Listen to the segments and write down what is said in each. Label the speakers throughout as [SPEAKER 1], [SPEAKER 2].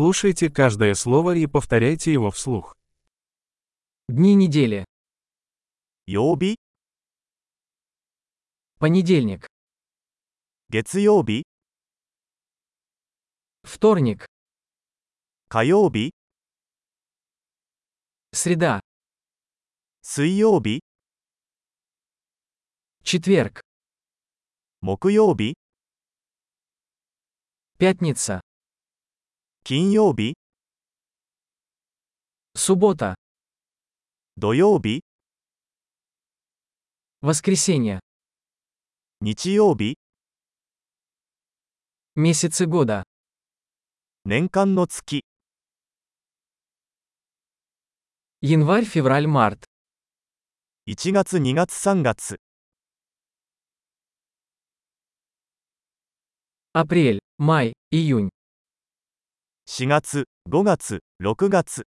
[SPEAKER 1] Слушайте каждое слово и повторяйте его вслух.
[SPEAKER 2] Дни недели.
[SPEAKER 3] 曜日、
[SPEAKER 2] Понедельник,
[SPEAKER 3] 月曜日、
[SPEAKER 2] вторник,
[SPEAKER 3] 火曜日、
[SPEAKER 2] среда,
[SPEAKER 3] 水曜日、
[SPEAKER 2] четверг,
[SPEAKER 3] 木曜日、
[SPEAKER 2] пятница,
[SPEAKER 3] 金曜日、
[SPEAKER 2] суббота,
[SPEAKER 3] 土曜日、
[SPEAKER 2] воскресенье,
[SPEAKER 3] 日曜日、
[SPEAKER 2] месяцы года,
[SPEAKER 3] 年間の月、
[SPEAKER 2] январь, февраль, март,
[SPEAKER 3] 1月2月3月、
[SPEAKER 2] апрель, май, июнь,
[SPEAKER 3] 4月、5月、6月、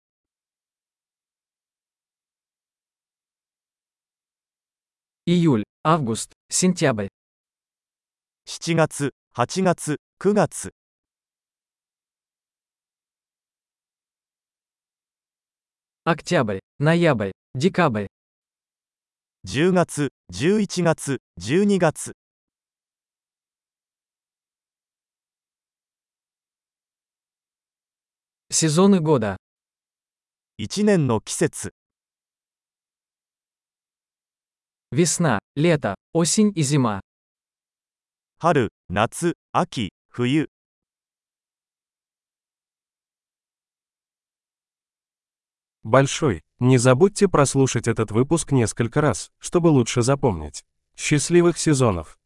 [SPEAKER 2] июль, август, сентябрь,
[SPEAKER 3] 7月、8月、9月、
[SPEAKER 2] октябрь, ноябрь, декабрь,
[SPEAKER 3] 10月、11月、12月、
[SPEAKER 2] сезоны года,
[SPEAKER 3] 1年の季節、
[SPEAKER 2] весна, лето, осень и зима,
[SPEAKER 3] 春、夏、秋、冬、
[SPEAKER 1] Большой. Не забудьте прослушать этот выпуск несколько раз, чтобы лучше запомнить. Счастливых сезонов!